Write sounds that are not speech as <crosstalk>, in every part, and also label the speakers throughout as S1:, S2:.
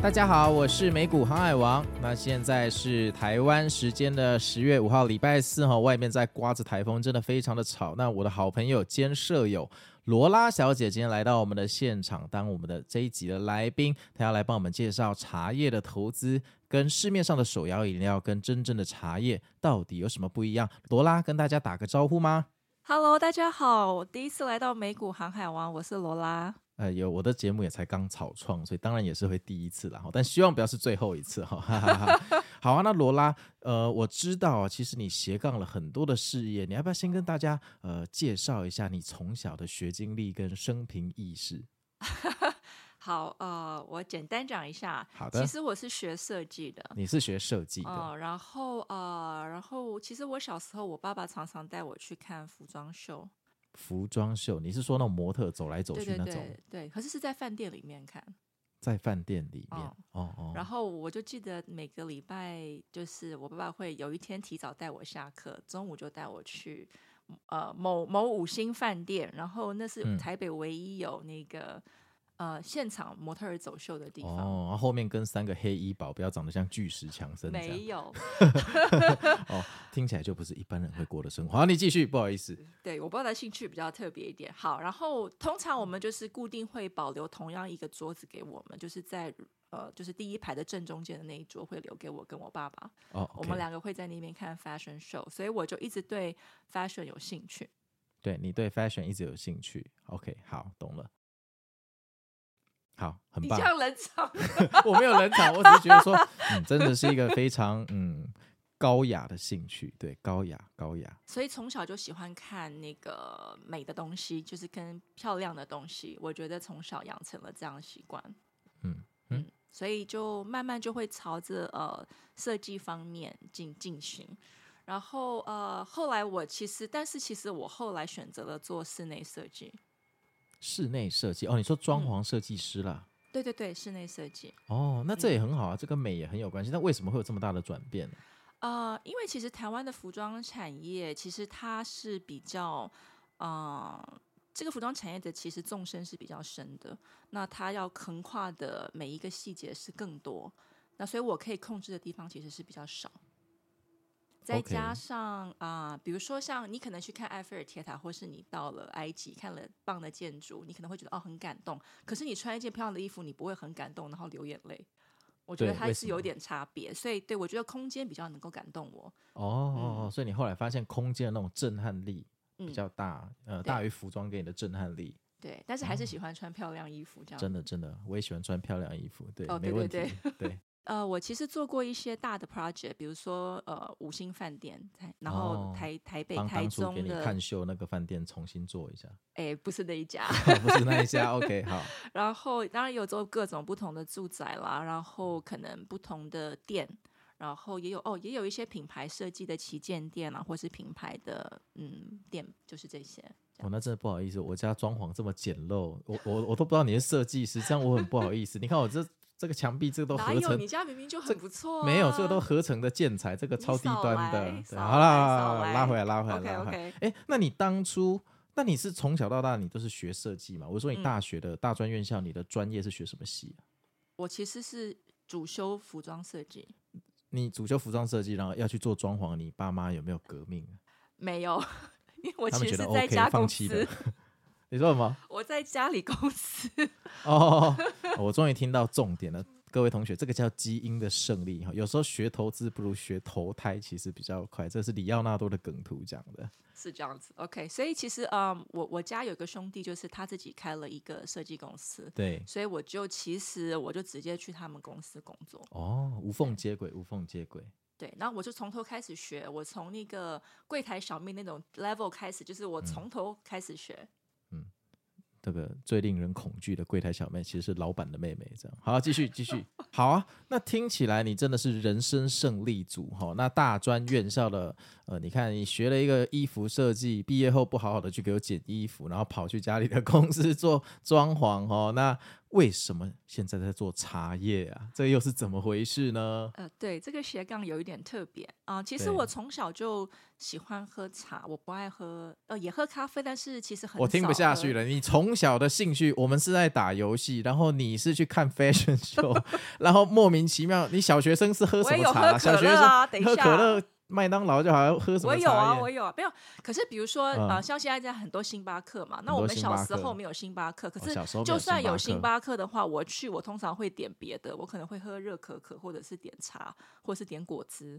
S1: 大家好，我是美股航海王。那现在是台湾时间的十月五号，礼拜四哈，外面在刮着台风，真的非常的吵。那我的好朋友兼舍友罗拉小姐今天来到我们的现场，当我们的这一集的来宾，她要来帮我们介绍茶叶的投资跟市面上的手摇饮料跟真正的茶叶到底有什么不一样。罗拉跟大家打个招呼吗？
S2: Hello，大家好，我第一次来到美股航海王，我是罗拉。 <laughs>
S1: 呃，有我的节目也才刚草创，所以当然也是会第一次啦，哈但希望不要是最后一次哈。哈哈哈好啊，那罗拉，呃，我知道啊，其实你斜杠了很多的事业，你要不要先跟大家呃介绍一下你从小的学经历跟生平轶事？
S2: 好，呃，我简单讲一下。
S1: 好的
S2: 其实我是学设计的，
S1: 你是学设计的，
S2: 嗯、然后呃，然后其实我小时候，我爸爸常常带我去看服装秀，
S1: 服装秀，你是说那种模特走来走
S2: 对
S1: 去
S2: 对
S1: 那种，
S2: 对对，可是是在饭店里面看。
S1: 在饭店里面，
S2: 哦
S1: 哦哦，
S2: 然后我就记得每个礼拜，就是我爸爸会有一天提早带我下课，中午就带我去呃某某五星饭店，然后那是
S1: 嗯
S2: 台北唯一有那个、呃现场模特儿走秀的地方。
S1: 哦，然后后面跟三个黑衣保镖长得像巨石强森这样，
S2: 没有，
S1: 哦，听起来就不是一般人会过的生活。好，你继续，不好意
S2: <laughs>
S1: 思。
S2: 对，我爸爸的兴趣比较特别一点。好，然后通常我们就是固定会保留同样一个桌子给我们，就是在呃，就是第一排的正中间的那一桌会留给我跟我爸爸，
S1: 哦
S2: 我
S1: OK
S2: 们两个会在那边看 fashion show，所以我就一直对 fashion 有兴趣。
S1: 对你对 fashion 一直有兴趣。OK，好，懂了。好，很
S2: 你
S1: 棒
S2: 这。样冷场， <laughs>
S1: 我没有冷场，我只是觉得说，嗯，真的是一个非常嗯高雅的兴趣，对，高雅，高雅。
S2: 所以从小就喜欢看那个美的东西，就是跟漂亮的东西。我觉得从小养成了这样的习惯，
S1: 嗯嗯
S2: 嗯，所以就慢慢就会朝着呃设计方面进进行。然后呃，后来我其实，但是其实我后来选择了做室内设计。
S1: 室内设计哦，你说装
S2: 嗯
S1: 潢设计师啦。
S2: 对对对，室内设计。
S1: 哦，那
S2: 嗯
S1: 这也很好啊，这跟美也很有关系。那为什么会有这么大的转变呢？
S2: 呃，因为其实台湾的服装产业，其实它是比较，呃，这个服装产业的其实纵深是比较深的，那它要横跨的每一个细节是更多，那所以我可以控制的地方其实是比较少。再
S1: OK
S2: 加上啊、比如说像你可能去看埃菲尔铁塔，或是你到了埃及看了棒的建筑，你可能会觉得哦很感动，可是你穿一件漂亮的衣服，你不会很感动，然后流眼泪。我觉得
S1: 对
S2: 它
S1: 为
S2: 是
S1: 什么
S2: 有点差别，所以对我觉得空间比较能够感动我。
S1: 哦哦，哦所以你后来发现空间的那种震撼力比
S2: 嗯
S1: 较大，呃，大于服装给你的震撼力。
S2: 对，但是还是喜欢穿漂亮衣服这样。
S1: 嗯真的真的，我也喜欢穿漂亮衣服，对，
S2: 哦
S1: 没
S2: 对对
S1: 问题，对，
S2: 呃，我其实做过一些大的 project，比如说呃五星饭店，台然后
S1: 哦
S2: 台、台北、
S1: 帮
S2: 台
S1: 当初给
S2: 中
S1: 你
S2: 的，
S1: 看秀那个饭店重新做一下，
S2: <laughs>
S1: <laughs>
S2: 哎，不是那一家。 <laughs>
S1: 不是那一家，OK，好，
S2: 然后当然有做各种不同的住宅啦，然
S1: 嗯
S2: 后可能不同的店，然后也有哦，也有一些品牌设计的旗舰店啊，或是品牌的嗯店，就是这些。
S1: 哦，
S2: 这样。
S1: 那真的不好意思，我家装潢这么简陋，我我我都不知道你是设计师，这样我很不好意思。你看我这这个墙壁，这个都
S2: 哪
S1: 合
S2: 有
S1: 成
S2: 你家明明就很不错、啊
S1: 没有，这个都合成的建材，这个
S2: 你
S1: 超低
S2: 少
S1: 端的对
S2: 来。少
S1: 好啦，
S2: 来
S1: 好
S2: 少
S1: 啦
S2: 来
S1: 拉回来，拉回来，
S2: OK
S1: 拉回来
S2: OK。。
S1: 哎，那你当初，那你是从小到大你都是学设计嘛？我说你
S2: 嗯
S1: 大学的大专院校，你的专业是学什么系啊？
S2: 我其实是主修服装设计，
S1: 你主修服装设计，然后要去做装潢，你爸妈有没有革命啊？
S2: 没有，因为我
S1: 他
S2: 其
S1: 们
S2: 实
S1: 觉
S2: 是
S1: 得
S2: 在家
S1: OK
S2: 公
S1: 放弃
S2: 司
S1: 的，。 <laughs> 你说什么？
S2: 我在家里公司。
S1: 哦， <laughs> 我终于听到重点了，各位同学，这个叫基因的胜利哈。有时候学投资不如学投胎，其实比较快。这是里奥纳多的梗图讲的。
S2: 是这样子，OK。所以其实，嗯，我我家有个兄弟，就是他自己开了一个设计公司，
S1: 对，
S2: 所以我就其实我就直接去他们公司工作。
S1: 哦，无缝接轨，无缝接轨。
S2: 对，然后我就从头开始学，我从那个柜台小妹那种 level 开始，就是
S1: 嗯
S2: 我从头开始学。
S1: 这个最令人恐惧的柜台小妹，其实是老板的妹妹。这样，好，继续，继续，好啊。那听起来你真的是人生胜利组哈。那大专院校的，呃，你看你学了一个衣服设计，毕业后不好好的去给我剪衣服，然后跑去家里的 <laughs> 公司做装潢哦。那为什么现在在做茶叶啊？这又是怎么回事呢？
S2: 呃，对，这个斜杠有一点特别啊、其实
S1: 对
S2: 我从小就喜欢喝茶，我不爱喝，呃，也喝咖啡，但是其实很
S1: 我听不
S2: 少
S1: 下
S2: 喝
S1: 去。了。你从小的兴趣，我们是在打游戏，然后你是去看 <laughs> fashion show，然后莫名其妙，你小学生是喝什
S2: 我也
S1: 么
S2: 有
S1: 茶、
S2: 喝可
S1: 小学
S2: 乐啊等
S1: 生
S2: 一
S1: 喝
S2: 下
S1: 可乐、麦当劳就好像喝什
S2: 我
S1: 么茶叶。
S2: 有啊，我有啊，没有。可是比如说，
S1: 嗯
S2: 呃，像现在在很多星巴克嘛，那
S1: 很多
S2: 我们
S1: 星
S2: 小
S1: 巴
S2: 时
S1: 克
S2: 候没有星巴克，可
S1: 哦
S2: 是
S1: 小时候没有
S2: 就算
S1: 星巴
S2: 有星
S1: 克
S2: 巴克的话，我去我通常会点别的，我可能会喝热可可，或者是点茶，或者是点果汁。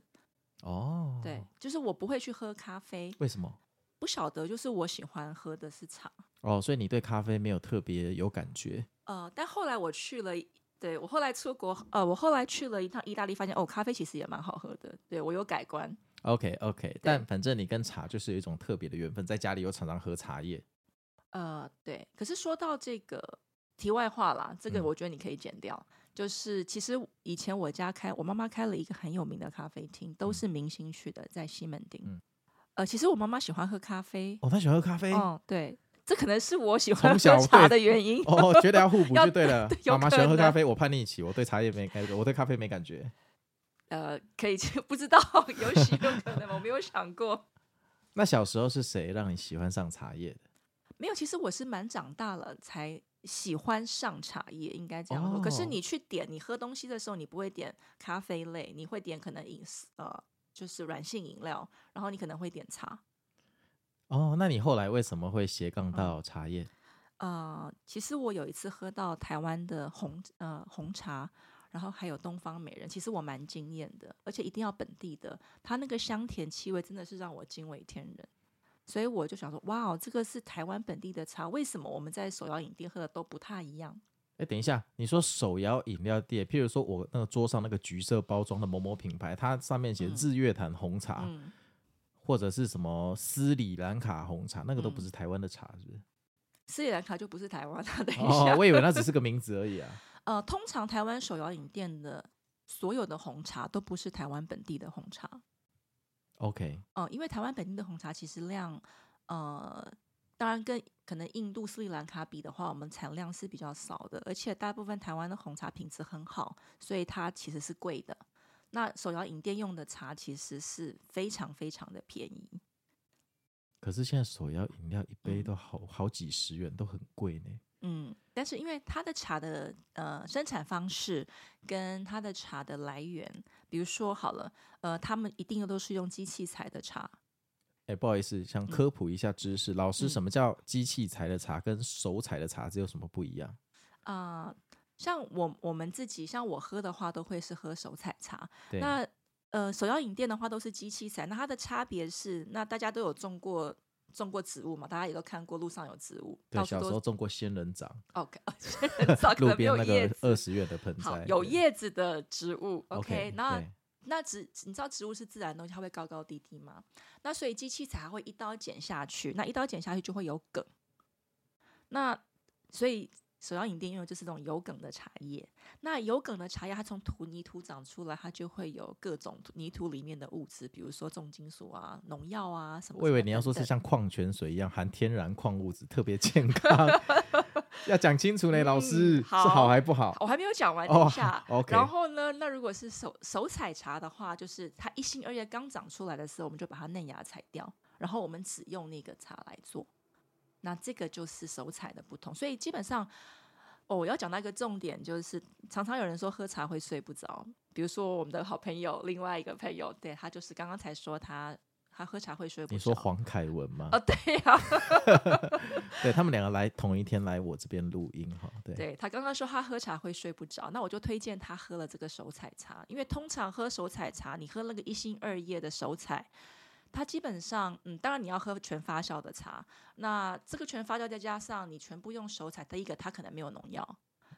S1: 哦，
S2: 对，，就是我不会去喝咖啡，
S1: 为什么？
S2: 不晓得就是我喜欢喝的是茶。
S1: 哦，所以你对咖啡没有特别有感觉
S2: 呃，但后来我去了一。对我后来出国，呃，我后来去了一趟意大利，发现哦，咖啡其实也蛮好喝的。对我有改观，
S1: ？OK OK，但反正你跟茶就是有一种特别的缘分，在家里又常常喝茶叶。
S2: 呃，对。可是说到这个题外话啦，这个
S1: 嗯
S2: 我觉得你可以剪掉。就是其实以前我家开，我妈妈开了一个很有名的咖啡厅，都
S1: 嗯
S2: 是明星去的，在西门町。
S1: 嗯
S2: 呃，其实我妈妈喜欢喝咖啡，
S1: 哦，他喜欢喝咖啡，
S2: 哦，对，这可能是我喜
S1: 从
S2: 欢喝
S1: 小
S2: 茶
S1: 对
S2: 的原因。
S1: 哦，觉得要
S2: <laughs>
S1: 互补
S2: 要
S1: 就对 <laughs> 了
S2: 对。有
S1: 妈妈喜欢喝
S2: 可能
S1: 咖啡，我叛逆期，我对茶叶没感觉，我对咖啡没感觉。
S2: 呃，可以不知道， <laughs> 有许有可能，我没有想过。
S1: 那小时候是谁让你喜欢上茶叶的？
S2: 没有，其实我是蛮长大了才喜欢上茶叶，应该这样说。可是
S1: 哦
S2: 你去点你喝东西的时候，你不会点咖啡类，你会点可能饮食呃就是软性饮料，然后你可能会点茶。
S1: 哦，那你后来为什么会斜
S2: 嗯
S1: 杠到茶叶？
S2: 呃，其实我有一次喝到台湾的红呃红茶，然后还有东方美人，其实我蛮惊艳的，而且一定要本地的，它那个香甜气味真的是让我惊为天人。所以我就想说，哇哦，这个是台湾本地的茶，为什么我们在手摇饮店喝的都不太一样？
S1: 哎、等一下，你说手摇饮料店，譬如说我那个桌上那个橘色包装的某某品牌，它上面写
S2: 嗯
S1: 日月潭红茶，
S2: 嗯。
S1: 或者是什么斯里兰卡红茶，那个
S2: 嗯
S1: 都不是台湾的茶，是不是？
S2: 斯里兰卡就不是台湾啊， <laughs> 等一下，
S1: 哦，我以为那只是个名字而已啊。
S2: 呃，通常台湾手摇饮店的所有的红茶都不是台湾本地的红茶，
S1: OK，
S2: 呃，因为台湾本地的红茶其实量，呃，当然跟可能印度、斯里兰卡比的话，我们产量是比较少的，而且大部分台湾的红茶品质很好，所以它其实是贵的。那手摇饮店用的茶其实是非常非常的便宜，
S1: 可是现在手摇饮料一杯
S2: 嗯
S1: 都好好几十元，都很贵呢。
S2: 嗯，但是因为它的茶的呃生产方式跟它的茶的来源，比如说好了，呃，他们一定都是用机器采的茶，
S1: 哎、不好意思，想科普一下知识，老师，
S2: 嗯
S1: 什么叫机器采的茶跟手采的茶这有什么不一样？
S2: 啊、像我我们自己，像我喝的话，都会是喝手采茶。
S1: 对，
S2: 那呃，手摇饮店的话都是机器采，那它的差别是，那大家都有种过种过植物嘛，大家也都看过路上有植物，
S1: 对，
S2: 到
S1: 小
S2: 处
S1: 时
S2: 都
S1: 候
S2: 是
S1: 种过仙人掌，
S2: OK，很 <laughs> 少
S1: <laughs>
S2: 可
S1: 路
S2: 能没
S1: 边
S2: 有
S1: 那
S2: 叶
S1: 个
S2: 子，
S1: 二十元的盆
S2: 好
S1: 栽，
S2: 有
S1: 对
S2: 叶子的植物。
S1: OK，
S2: 那
S1: 对
S2: 那植，你知道植物是自然的东西，它会高高低低吗？那所以机器才会一刀剪下去，那一刀剪下去就会有梗。那所以手摇饮店用的就是这种有梗的茶叶。那有梗的茶叶，它从土泥土长出来，它就会有各种土泥土里面的物质，比如说重金属啊、农药啊什么什么等等。
S1: 我以为你要说是像矿泉水一样含天然矿物质，特别健 <laughs> 康，要讲清楚嘞，老师、
S2: 嗯
S1: 是好
S2: 好
S1: 还不好？
S2: 我还没有讲完，
S1: 哦
S2: 等一下。
S1: <laughs> ，OK
S2: 然后呢，那如果是手手采茶的话，就是它一心二叶刚长出来的时候，我们就把它嫩芽采掉，然后我们只用那个茶来做。那这个就是手采的不同，所以基本上。哦，我要讲到一个重点，就是常常有人说喝茶会睡不着，比如说我们的好朋友，另外一个朋友，对他就是刚刚才说他他喝茶会睡不着。
S1: 你说黄凯文吗？
S2: 哦，对呀、
S1: 对他们两个来同一天来我这边录音哈，对，
S2: 对他刚刚说他喝茶会睡不着，那我就推荐他喝了这个手采茶，因为通常喝手采茶，你喝那个一心二叶的手采，它基本上，嗯，当然你要喝全发酵的茶，那这个全发酵再加上你全部用手采，第一个它可能没有农药。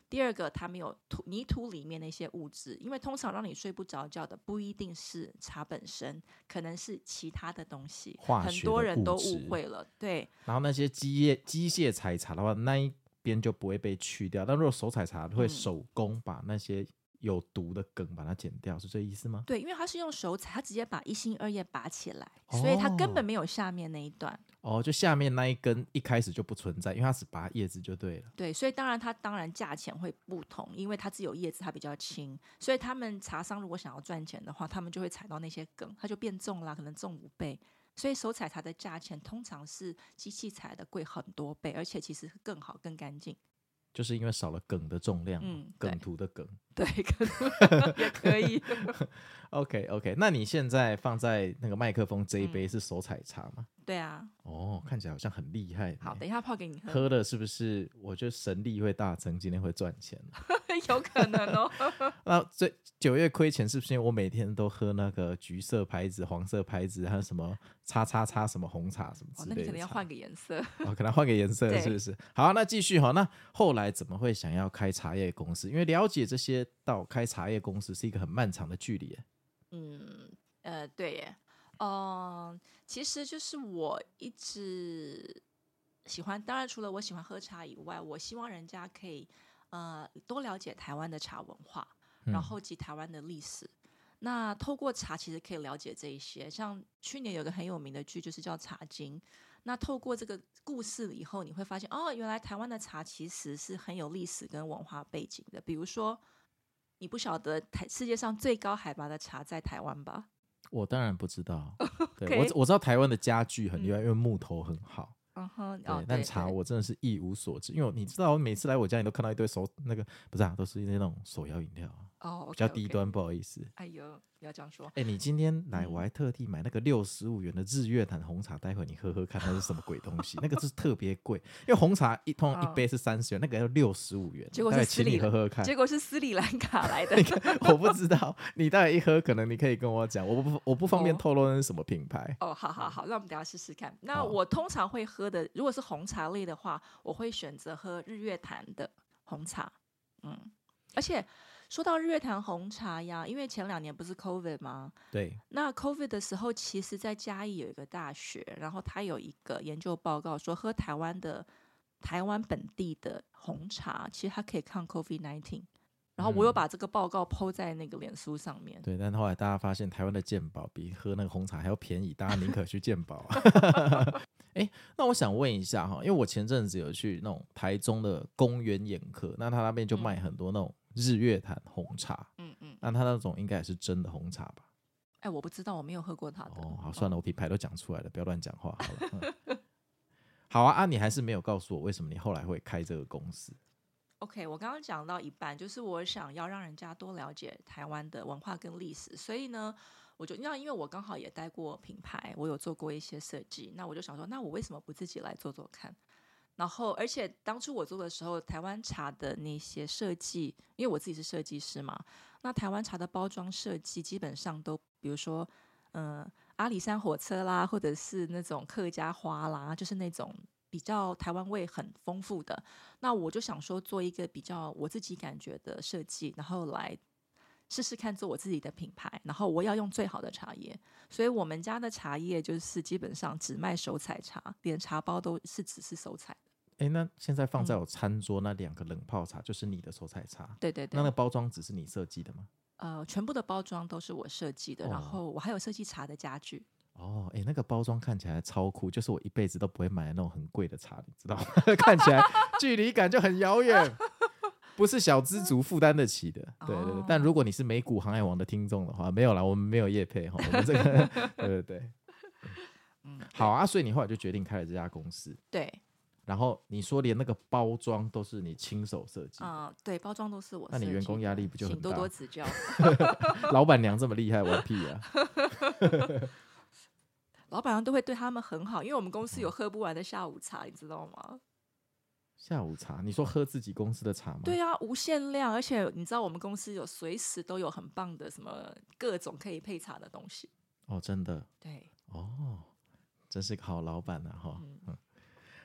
S2: 第二个，它没有土泥土里面那些物质，因为通常让你睡不着觉的不一定是茶本身，可能是其他的东西。
S1: 化
S2: 很
S1: 学
S2: 多
S1: 的
S2: 人
S1: 物
S2: 都
S1: 质
S2: 误会了，对，
S1: 然后那些机械机械采茶的话，那一边就不会被去掉，但如果手采茶会
S2: 嗯
S1: 手工把那些有毒的梗把它剪掉，是这意思吗？
S2: 对，因为它是用手采，它直接把一心二叶拔起来，所以它根
S1: 哦
S2: 本没有下面那一段。
S1: 哦，就下面那一根一开始就不存在，因为它只拔叶子就对了。
S2: 对，所以当然它当然价钱会不同，因为它只有叶子，它比较轻，所以他们茶商如果想要赚钱的话，他们就会采到那些梗，它就变重啦，可能重五倍。所以手采茶的价钱通常是机器采的贵很多倍，而且其实更好、更干净。
S1: 就是因为少了梗的重量嘛，
S2: 嗯对
S1: 梗图的梗。
S2: 对，可
S1: <laughs>
S2: 能也可以。
S1: OK OK，那你现在放在那个麦克风这一杯
S2: 嗯
S1: 是手采茶吗？
S2: 对啊，
S1: 哦，看起来好像很厉害呢。
S2: 好，等一下泡给你喝，
S1: 喝了是不是？我觉得神力会大增，今天会赚钱。
S2: <laughs>
S1: 啊
S2: 有可能哦。
S1: 那最九月亏钱是不是因为我每天都喝那个橘色牌子、黄色牌子，还有什么叉叉叉什么红茶什么之
S2: 哦，那
S1: 类
S2: 你可
S1: 的
S2: 能要
S1: 茶？
S2: 换个颜色。
S1: 哦，可能换个颜色了
S2: 对
S1: 是不是？好，那继续哈。那后来怎么会想要开茶叶公司？因为了解这些到开茶叶公司是一个很漫长的距离耶。
S2: 嗯，呃，对耶，嗯、其实就是我一直喜欢，当然除了我喜欢喝茶以外，我希望人家可以呃多了解台湾的茶文化，然
S1: 嗯
S2: 后及台湾的历史。那透过茶，其实可以了解这一些。像去年有个很有名的剧，就是叫《茶经》。那透过这个故事以后，你会发现，哦，原来台湾的茶其实是很有历史跟文化背景的。比如说，你不晓得台世界上最高海拔的茶在台湾吧？
S1: 我当然不知道，对
S2: OK
S1: 我只我知道台湾的家具很厉害，因为木头很好。
S2: 嗯哼，
S1: 对
S2: 哦，，
S1: 但
S2: 对
S1: 茶
S2: 对
S1: 我真的是一无所知，因为我你知道，我每次来我家，你都看到一堆手那个不是啊，都是一些那种手摇饮料啊，
S2: 哦
S1: 比较
S2: OK，OK
S1: 低端，不好意思。
S2: 哎呦，不要这样说。
S1: 哎、你今天来，
S2: 嗯
S1: 我还特地买那个六十五元的日月潭红茶，待会你喝喝看，那是什么鬼东西？那个是特别贵，因为红茶一通常一
S2: 嗯
S1: 杯是三十元，那个要六十五元。
S2: 结果
S1: 待
S2: 是
S1: 会
S2: 斯
S1: 请你
S2: 里
S1: 喝
S2: 兰
S1: 喝看。，
S2: 结果是斯里兰卡来的
S1: <laughs> 我不知道，你待会一喝，可能你可以跟我讲，我不我不方便
S2: 哦
S1: 透露那是什么品牌。
S2: 哦，好好好，那我们等下试试看。
S1: 嗯
S2: 那
S1: 好
S2: 我通常会喝的，如果是红茶类的话，我会选择喝日月潭的红茶。嗯，而且说到日月潭红茶呀，因为前两年不是 COVID 吗？
S1: 对，
S2: 那 COVID 的时候，其实在嘉义有一个大学，然后它有一个研究报告说，喝台湾的台湾本地的红茶，其实它可以抗 COVID nineteen。然后我有
S1: 嗯
S2: 把这个报告抛在那个脸书上面，
S1: 对，但后来大家发现台湾的健保比喝那个红茶还要便宜，大家宁可去健保、啊。 <laughs> 哎、那我想问一下哈，因为我前阵子有去那种台中的公园眼科，那他那边就卖很多那种日月潭红茶，
S2: 嗯嗯，
S1: 那他那种应该也是真的红茶吧？
S2: 哎，我不知道，我没有喝过它的。
S1: 哦，好，算了，我品牌都讲出来了，不要乱讲话好了。嗯好啊，啊，你还是没有告诉我为什么你后来会开这个公司？
S2: OK，我刚刚讲到一半，就是我想要让人家多了解台湾的文化跟历史，所以呢，我就那因为我刚好也带过品牌，我有做过一些设计，那我就想说，那我为什么不自己来做做看？然后，而且当初我做的时候，台湾茶的那些设计，因为我自己是设计师嘛，那台湾茶的包装设计基本上都，比如说，嗯、阿里山火车啦，或者是那种客家花啦，就是那种比较台湾味很丰富的。那我就想说做一个比较我自己感觉的设计，然后来试试看做我自己的品牌，然后我要用最好的茶叶，所以我们家的茶叶就是基本上只卖手采茶，连茶包都是只是手采。
S1: 哎、哎，那现在放在我餐桌那两个冷泡茶，就是你的手采茶，
S2: 对对对，
S1: 那那个包装纸是你设计的吗？
S2: 呃，全部的包装都是我设计的，然
S1: 哦
S2: 后我还有设计茶的家具。
S1: 哦，哎，那个包装看起来超酷，就是我一辈子都不会买的那种很贵的茶，你知道吗？ <laughs> 看起来距离感就很遥远，不是小资族负担得起的。对对对，但
S2: 哦
S1: 如果你是美股航海王的听众的话，没有啦，我们没有业配哈，我们这个对对对，
S2: <laughs> 嗯，对
S1: 好啊，所以你后来就决定开了这家公司，
S2: 对，
S1: 然后你说连那个包装都是你亲手设计的，
S2: 嗯、对，包装都是我设计
S1: 那
S2: 的。
S1: 你员工压力不就很
S2: 请多
S1: 大
S2: 多指教。 <laughs>
S1: 老板娘这么厉害，玩屁啊！ <laughs>
S2: 老板娘都会对他们很好，因为我们公
S1: 嗯
S2: 司有喝不完的下午茶，你知道吗？
S1: 下午茶，你说喝自己公司的茶吗？
S2: 对啊，无限量，而且你知道我们公司有随时都有很棒的什么各种可以配茶的东西。
S1: 哦，真的
S2: 对，
S1: 哦，真是个好老板呐、啊、哈。
S2: 嗯
S1: 嗯，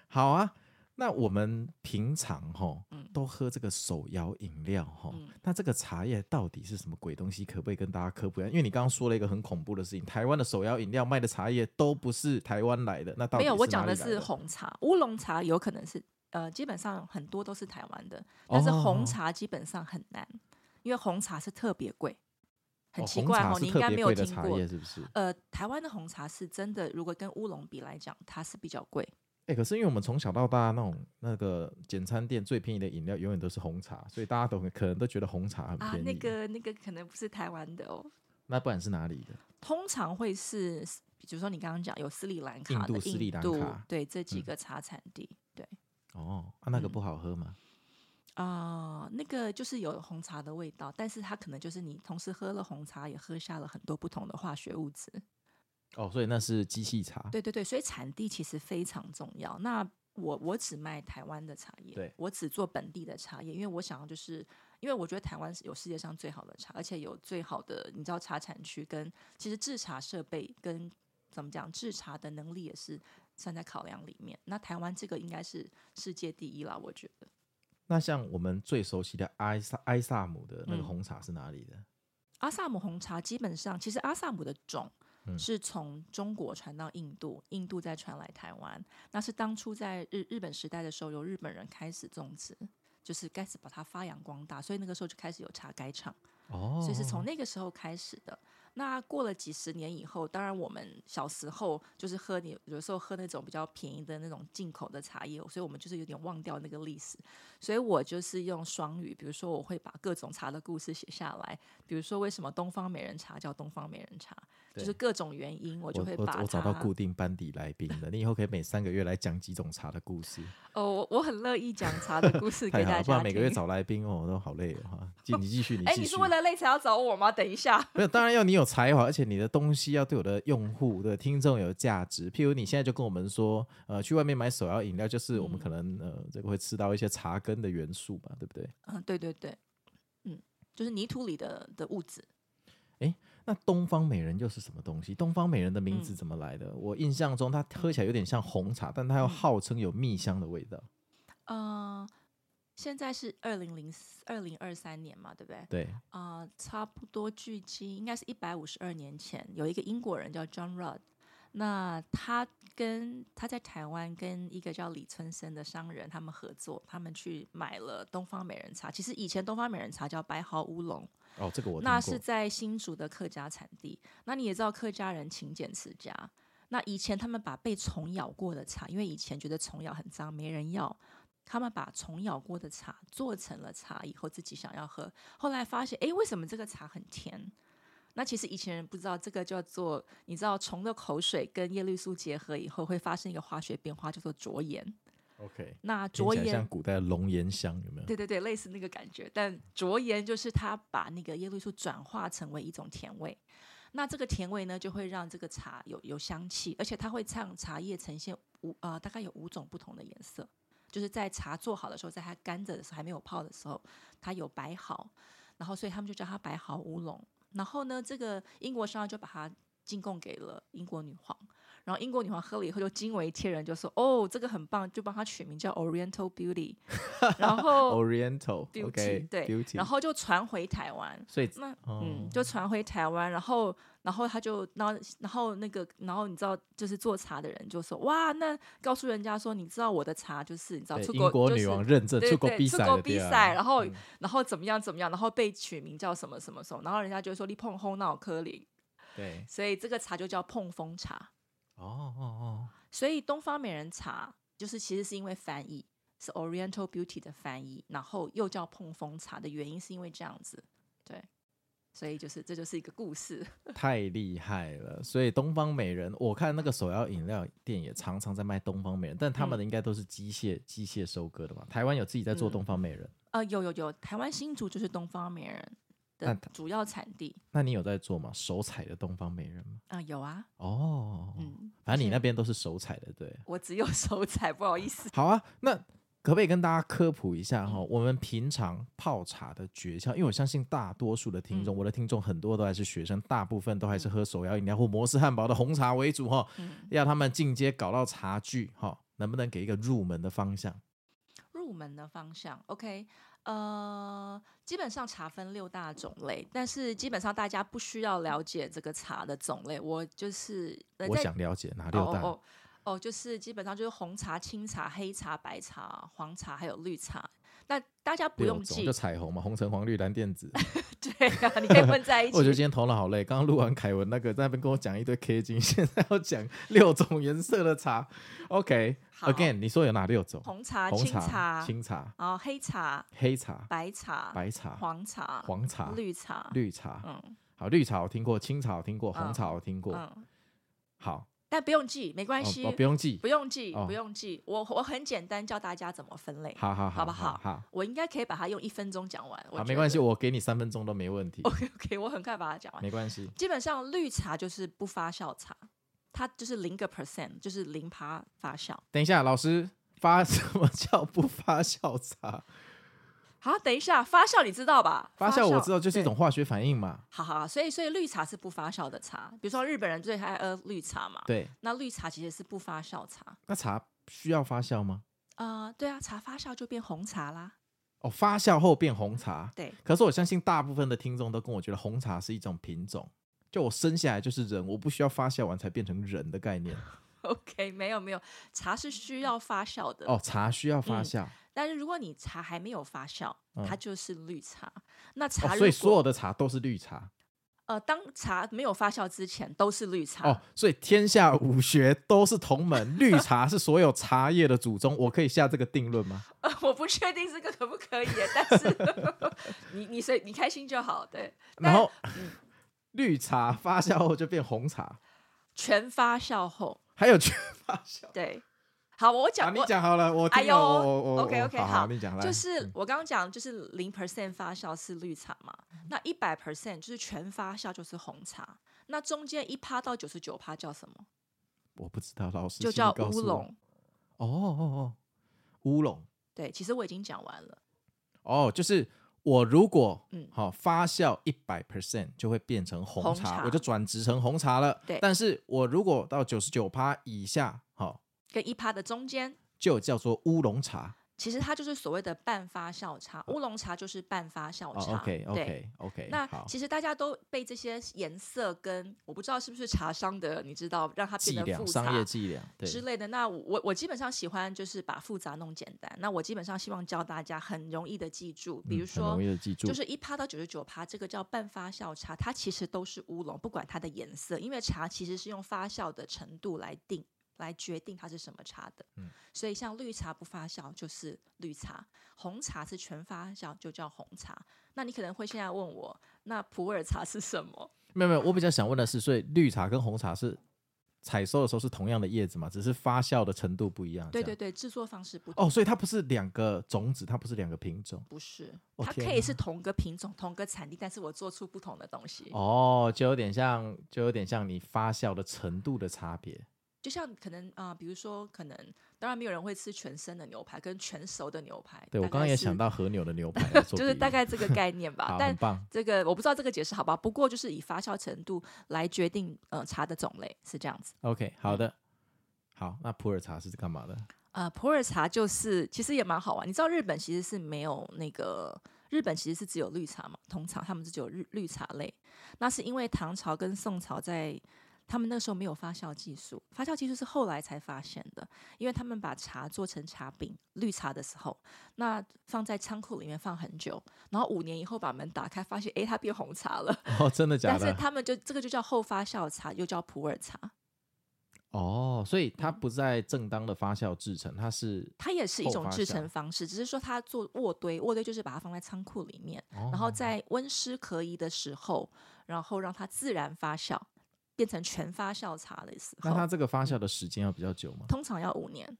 S1: 好啊。那我们平常哈
S2: 嗯
S1: 都喝这个手摇饮料哈
S2: 嗯，
S1: 那这个茶叶到底是什么鬼东西？可不可以跟大家科普一下？因为你刚刚说了一个很恐怖的事情，台湾的手摇饮料卖的茶叶都不是台湾来的，哦那到底
S2: 没有，我
S1: 哪
S2: 讲
S1: 里
S2: 的
S1: 来
S2: 是红茶、乌龙茶，有可能是呃，基本上很多都是台湾的，但是
S1: 哦
S2: 红茶基本上很难，因为红茶是特别贵，很
S1: 哦
S2: 奇
S1: 红
S2: 怪
S1: 茶
S2: 哦，
S1: 是
S2: 你应
S1: 特
S2: 该
S1: 别
S2: 没有
S1: 贵的
S2: 听
S1: 茶
S2: 过
S1: 叶。是不是？
S2: 呃，台湾的红茶是真的，如果跟乌龙比来讲，它是比较贵。
S1: 哎、可是因为我们从小到大那种那个简餐店最便宜的饮料永远都是红茶，所以大家都很可能都觉得红茶很
S2: 啊
S1: 便宜。，
S2: 那个那个可能不是台湾的哦，
S1: 那不然是哪里的？
S2: 通常会是，比如说你刚刚讲有斯里兰卡
S1: 印
S2: 的、
S1: 度斯里兰
S2: 度
S1: 卡
S2: 对这几
S1: 嗯
S2: 个茶产地，对
S1: 哦，啊、那个
S2: 嗯
S1: 不好喝吗？
S2: 啊、那个就是有红茶的味道，但是它可能就是你同时喝了红茶，也喝下了很多不同的化学物质。
S1: 哦，所以那是机器茶。
S2: 对对对，所以产地其实非常重要。那我我只卖台湾的茶
S1: 对
S2: 叶，我只做本地的茶叶，因为我想要就是，因为我觉得台湾是有世界上最好的茶，而且有最好的你知道茶产区跟其实制茶设备跟怎么讲制茶的能力也是算在考量里面。那台湾这个应该是世界第一啦，我觉得。
S1: 那像我们最熟悉的埃萨埃萨姆的那个
S2: 嗯
S1: 红茶是哪里的？
S2: 阿萨姆红茶基本上，其实阿萨姆的种
S1: 嗯
S2: 是从中国传到印度，印度再传来台湾。那是当初在日日本时代的时候，由日本人开始种植，就是开始把它发扬光大，所以那个时候就开始有茶改厂，
S1: 哦，
S2: 所以是从那个时候开始的。那过了几十年以后，当然我们小时候就是喝你有时候喝那种比较便宜的那种进口的茶叶，所以我们就是有点忘掉那个历史。所以我就是用双语，比如说我会把各种茶的故事写下来，比如说为什么东方美人茶叫东方美人茶，就
S1: 对
S2: 是各种原因，我
S1: 我
S2: 就会
S1: 我
S2: 把它
S1: 我找到固定班底来宾了，你以后可以每三个月来讲几种茶的故事，
S2: 哦，我我很乐意讲茶的故
S1: <laughs>
S2: 事
S1: 太
S2: 给
S1: 好
S2: 大
S1: 了，不
S2: 家
S1: 然
S2: 听。
S1: 每个月找来宾哦，我都好累哦。哈继你继续，你
S2: 哎，
S1: 继
S2: 你
S1: 续
S2: 是。为了累才要找我吗？等一下，
S1: 没有，当然要你有才华，而且你的东西要对我的用户、对听众有价值。譬如你现在就跟我们说，呃，去外面买手摇饮料，就是
S2: 嗯
S1: 我们可能、呃，这个会吃到一些茶根的元素嘛，对不对？
S2: 嗯，对对对，嗯，就是泥土里的的物质。
S1: 那东方美人又是什么东西？东方美人的名字
S2: 嗯
S1: 怎么来的？我印象中它喝起来有点像红茶，但它又
S2: 嗯
S1: 号称有蜜香的味道。
S2: 呃，现在是二零零二零二三年嘛，对不对？
S1: 对，
S2: 啊、差不多距今应该是一百五十二年前，有一个英国人叫 John Rudd，那他跟他在台湾跟一个叫李春生的商人他们合作，他们去买了东方美人茶。其实以前东方美人茶叫白毫乌龙，
S1: 哦，这个我听
S2: 那是
S1: 过。
S2: 在新竹的客家产地。那你也知道客家人勤俭持家，那以前他们把被虫咬过的茶，因为以前觉得虫咬很脏，没人要。他们把虫咬过的茶做成了茶以后，自己想要喝，后来发现，诶，为什么这个茶很甜？那其实以前人不知道，这个叫做你知道虫的口水跟叶绿素结合以后会发生一个化学变化，叫做浊盐。
S1: OK，
S2: 那
S1: 听
S2: 浊
S1: 起来
S2: 盐
S1: 像古代的龙涎香，有没有？
S2: 对对对，类似那个感觉。但着盐就是它把那个叶绿素转化成为一种甜味，那这个甜味呢，就会让这个茶有有香气，而且它会让茶叶呈现五呃大概有五种不同的颜色，就是在茶做好的时候，在它干着的时候还没有泡的时候，它有白毫，然后所以他们就叫它白毫乌龙。然后呢，这个英国商人就把它进贡给了英国女皇，然后英国女皇喝了以后就惊为天人，就说哦这个很棒，就帮它取名叫 Oriental Beauty，然
S1: <laughs> 哦
S2: <laughs> 后
S1: Oriental
S2: Beauty，、
S1: OK
S2: 对
S1: Beauty，
S2: 然后就传回台湾。
S1: 所以
S2: 那
S1: 哦
S2: 嗯，就传回台湾，然后，然后他就，然后，然后那个，然后你知道，就是做茶的人就说，哇，那告诉人家说，你知道我的茶就是你知道
S1: 对
S2: 出
S1: 英
S2: 国
S1: 国
S2: 就
S1: 女
S2: 是
S1: 王认证
S2: 对
S1: 出国
S2: 对
S1: 比
S2: 出
S1: 赛
S2: 国
S1: 的
S2: 比
S1: 对啊
S2: 赛然后
S1: 嗯
S2: 然后怎么样怎么样，然后被取名叫什么什么什么，然后人家就会说你碰轰脑科林，
S1: 对
S2: 所以这个茶就叫碰风茶。
S1: 哦哦哦，
S2: 所以东方美人茶就是其实是因为翻译是 Oriental Beauty 的翻译，然后又叫碰风茶的原因是因为这样子，对，所以就是这就是一个故事。
S1: 太厉害了！所以东方美人，我看那个手摇饮料店也常常在卖东方美人，但他们的应该都是机械机械收割的嘛。台湾有自己在做
S2: 嗯
S1: 东方美人，
S2: 呃，有有有，台湾新竹就是东方美人
S1: 那
S2: 的
S1: 它
S2: 主要产地
S1: 那你有在做吗？手采的东方美人吗？
S2: 啊、有啊，
S1: 哦，
S2: 嗯，
S1: 反正你
S2: 是
S1: 那边都是手采的，对。
S2: 我只有 <laughs> 手采，不好意思。
S1: 好啊，那可不可以跟大家科普一下
S2: 嗯
S1: 哈、我们平常泡茶的诀窍，因为我相信大多数的听众，
S2: 嗯
S1: 我的听众很多都还是学生，大部分都还是喝手摇饮料或摩斯汉堡的红茶为主哈、
S2: 嗯，
S1: 要他们进阶搞到茶具哈、能不能给一个入门的方向？
S2: 入门的方向，OK，呃，基本上茶分六大种类，但是基本上大家不需要了解这个茶的种类，我就是呃
S1: 我
S2: 在
S1: 想了解哪六大
S2: 哦哦哦哦，就是基本上就是红茶、青茶、黑茶、白茶、黄茶还有绿茶。那大家不
S1: 六
S2: 用
S1: 种，
S2: 记
S1: 就，彩虹嘛，红橙黄绿蓝靛紫。
S2: <laughs> 对啊，你可以混在
S1: <laughs>
S2: 一
S1: 我觉得今
S2: 起。
S1: 天头脑好累，刚刚录完凯文那个在那边跟我讲一堆 K 金， <laughs> 现在要讲六种颜色的茶。
S2: 好
S1: OK，again，、你说有哪六种？
S2: 红茶、
S1: 红
S2: 青
S1: 茶、
S2: 茶，
S1: 青茶、
S2: 然后黑茶、
S1: 黑茶、
S2: 白茶、
S1: 白茶、
S2: 黄茶、
S1: 黄茶、
S2: 绿茶，
S1: 绿茶。
S2: 嗯
S1: 好，绿茶我听过，青茶我听过，红
S2: 嗯
S1: 茶我听过。
S2: 嗯，
S1: 好，
S2: 但不用记，没关
S1: 哦
S2: 系，
S1: 哦不用记
S2: 不。用记，
S1: 哦
S2: 不用记，我我很简单教大家怎么分类，
S1: 好好
S2: 好
S1: 好
S2: 不
S1: 好
S2: 好
S1: 好，
S2: 我应该可以把它用一分钟讲完，我
S1: 好，
S2: 觉
S1: 没关系，
S2: 得
S1: 我给你三分钟都没问题，
S2: OK OK，我很快把它讲完。
S1: 没关系。
S2: 基本上绿茶就是不发酵茶，它就是零个 percent，就是零趴发酵。
S1: 等一下，老师发什么叫不发酵茶？
S2: 好，等一下，发酵你知道吧？
S1: 发酵我知道就是一
S2: 对
S1: 种化学反应嘛。
S2: 好好，好所以所以绿茶是不发酵的茶，比如说日本人最爱喝绿茶嘛，
S1: 对，
S2: 那绿茶其实是不发酵茶。
S1: 那茶需要发酵吗？
S2: 啊，对啊，茶发酵就变红茶啦。
S1: 哦，发酵后变红茶。
S2: 对， <laughs>
S1: 可是我相信大部分的听众都跟我觉得红茶是一种品种，就我生下来就是人，我不需要发酵完才变成人的概念。
S2: OK，没有没有，茶是需要发酵的。
S1: 哦，茶需要发
S2: 嗯
S1: 酵，
S2: 但是如果你茶还没有发酵，它
S1: 嗯
S2: 就是绿茶。那茶
S1: 哦
S2: 如果、
S1: 所以所有的茶都是绿茶。
S2: 呃，当茶没有发酵之前都是绿茶。
S1: 哦，所以天下武学都是同门，绿茶是所有茶叶的祖宗，我可以下这个定论吗？
S2: 呃 <laughs> 我不确定这个可不可以耶，但
S1: <laughs>
S2: 是你你随你开心就好。对，
S1: 然
S2: 但
S1: 后、
S2: 嗯
S1: 绿茶发酵后就变红茶，
S2: 全发酵后，
S1: 还有全发酵。
S2: 对，好，我
S1: 啊，
S2: <laughs> 讲
S1: 你
S2: 我。
S1: 讲好了，我
S2: 哎
S1: 听了
S2: 呦
S1: 我我我
S2: ，OK OK，
S1: 我好，你讲来，
S2: 就是
S1: 嗯
S2: 我刚刚讲，就是零 percent 发酵是绿茶嘛，
S1: 嗯
S2: 那一百 percent 就是全发酵就是红茶，那中间一趴到九十九趴叫什么？
S1: 我不知道，老师
S2: 就
S1: 请你
S2: 叫
S1: 告诉
S2: 乌
S1: 我
S2: 龙。
S1: 哦哦哦，乌龙
S2: 对，其实我已经讲完了。
S1: 哦，就是我如果
S2: 嗯
S1: 好、发酵一百 percent 就会变成红茶，
S2: 红茶
S1: 我就转职成红茶了。
S2: 对
S1: 但是我如果到九十九趴以下，好、
S2: 跟一趴的中间，
S1: 就叫做乌龙茶。
S2: 其实它就是所谓的半发酵茶，乌龙茶就是半发酵
S1: 哦
S2: 茶。
S1: ，OK
S2: 对。
S1: OK OK，
S2: 那
S1: 好
S2: 其实大家都被这些颜色跟我不知道是不是茶商的，你知道让它
S1: 伎
S2: 变得
S1: 俩，
S2: 复
S1: 商业
S2: 杂
S1: 伎俩，对，
S2: 之类的。那我我我基本上喜欢就是把复杂弄简单。那我基本上希望教大家很容易的记住，比
S1: 嗯
S2: 如
S1: 很
S2: 说
S1: 容易的记住，
S2: 就是一趴到九十九趴，这个叫半发酵茶，它其实都是乌龙，不管它的颜色，因为茶其实是用发酵的程度来定。来决定它是什么茶的，
S1: 嗯
S2: 所以像绿茶不发酵就是绿茶，红茶是全发酵就叫红茶。那你可能会现在问我，那普洱茶是什么？
S1: 没有没有，我比较想问的是，所以绿茶跟红茶是采收的时候是同样的叶子嘛，只是发酵的程度不一样。
S2: 对
S1: 这
S2: 对
S1: 样。
S2: 对，制作方式不同，
S1: 哦，所以它不是两个种子，它不是两个品种。
S2: 不是，
S1: 哦
S2: 它
S1: 天
S2: 可以
S1: 哪
S2: 是同个品种、同个产地，但是我做出不同的东西。
S1: 哦哦，就有点像，就有点像你发酵的程度的差别。
S2: 就像可能啊、呃比如说可能，当然没有人会吃全生的牛排跟全熟的牛排。
S1: 对我
S2: 大
S1: 刚
S2: 概
S1: 刚也
S2: 是
S1: 想，到和牛的牛
S2: <laughs>
S1: 排，
S2: 就是大概这个概念吧
S1: 好，。很
S2: 但
S1: 棒。
S2: 这个我不知道这个解释好不好，不过就是以发酵程度来决定呃茶的种类是这样子。
S1: OK，好的，好，那普洱茶是干嘛的？
S2: 呃，普洱茶就是其实也蛮好玩。你知道日本其实是没有那个，日本其实是只有绿茶嘛，通常他们是只有绿绿茶类。那是因为唐朝跟宋朝在他们那时候没有发酵技术，发酵技术是后来才发现的，因为他们把茶做成茶饼，绿茶的时候，那放在仓库里面放很久，然后五年以后把门打开，发现诶它变红茶了。
S1: 哦，真的假
S2: 但是
S1: 的？
S2: 他们就这个就叫后发酵茶，又叫普洱茶，
S1: 哦，所以它不在正当的发酵制成，它是
S2: 它也是一
S1: 后
S2: 种
S1: 发
S2: 制
S1: 酵
S2: 成方式，只是说它做渥堆，渥堆就是把它放在仓库里面，
S1: 哦
S2: 然后在温湿可宜的时候，然后让它自然发酵，变成全发酵茶的时
S1: 那它
S2: 候，
S1: 这个发酵的时间要比较久吗？
S2: 通常要五年。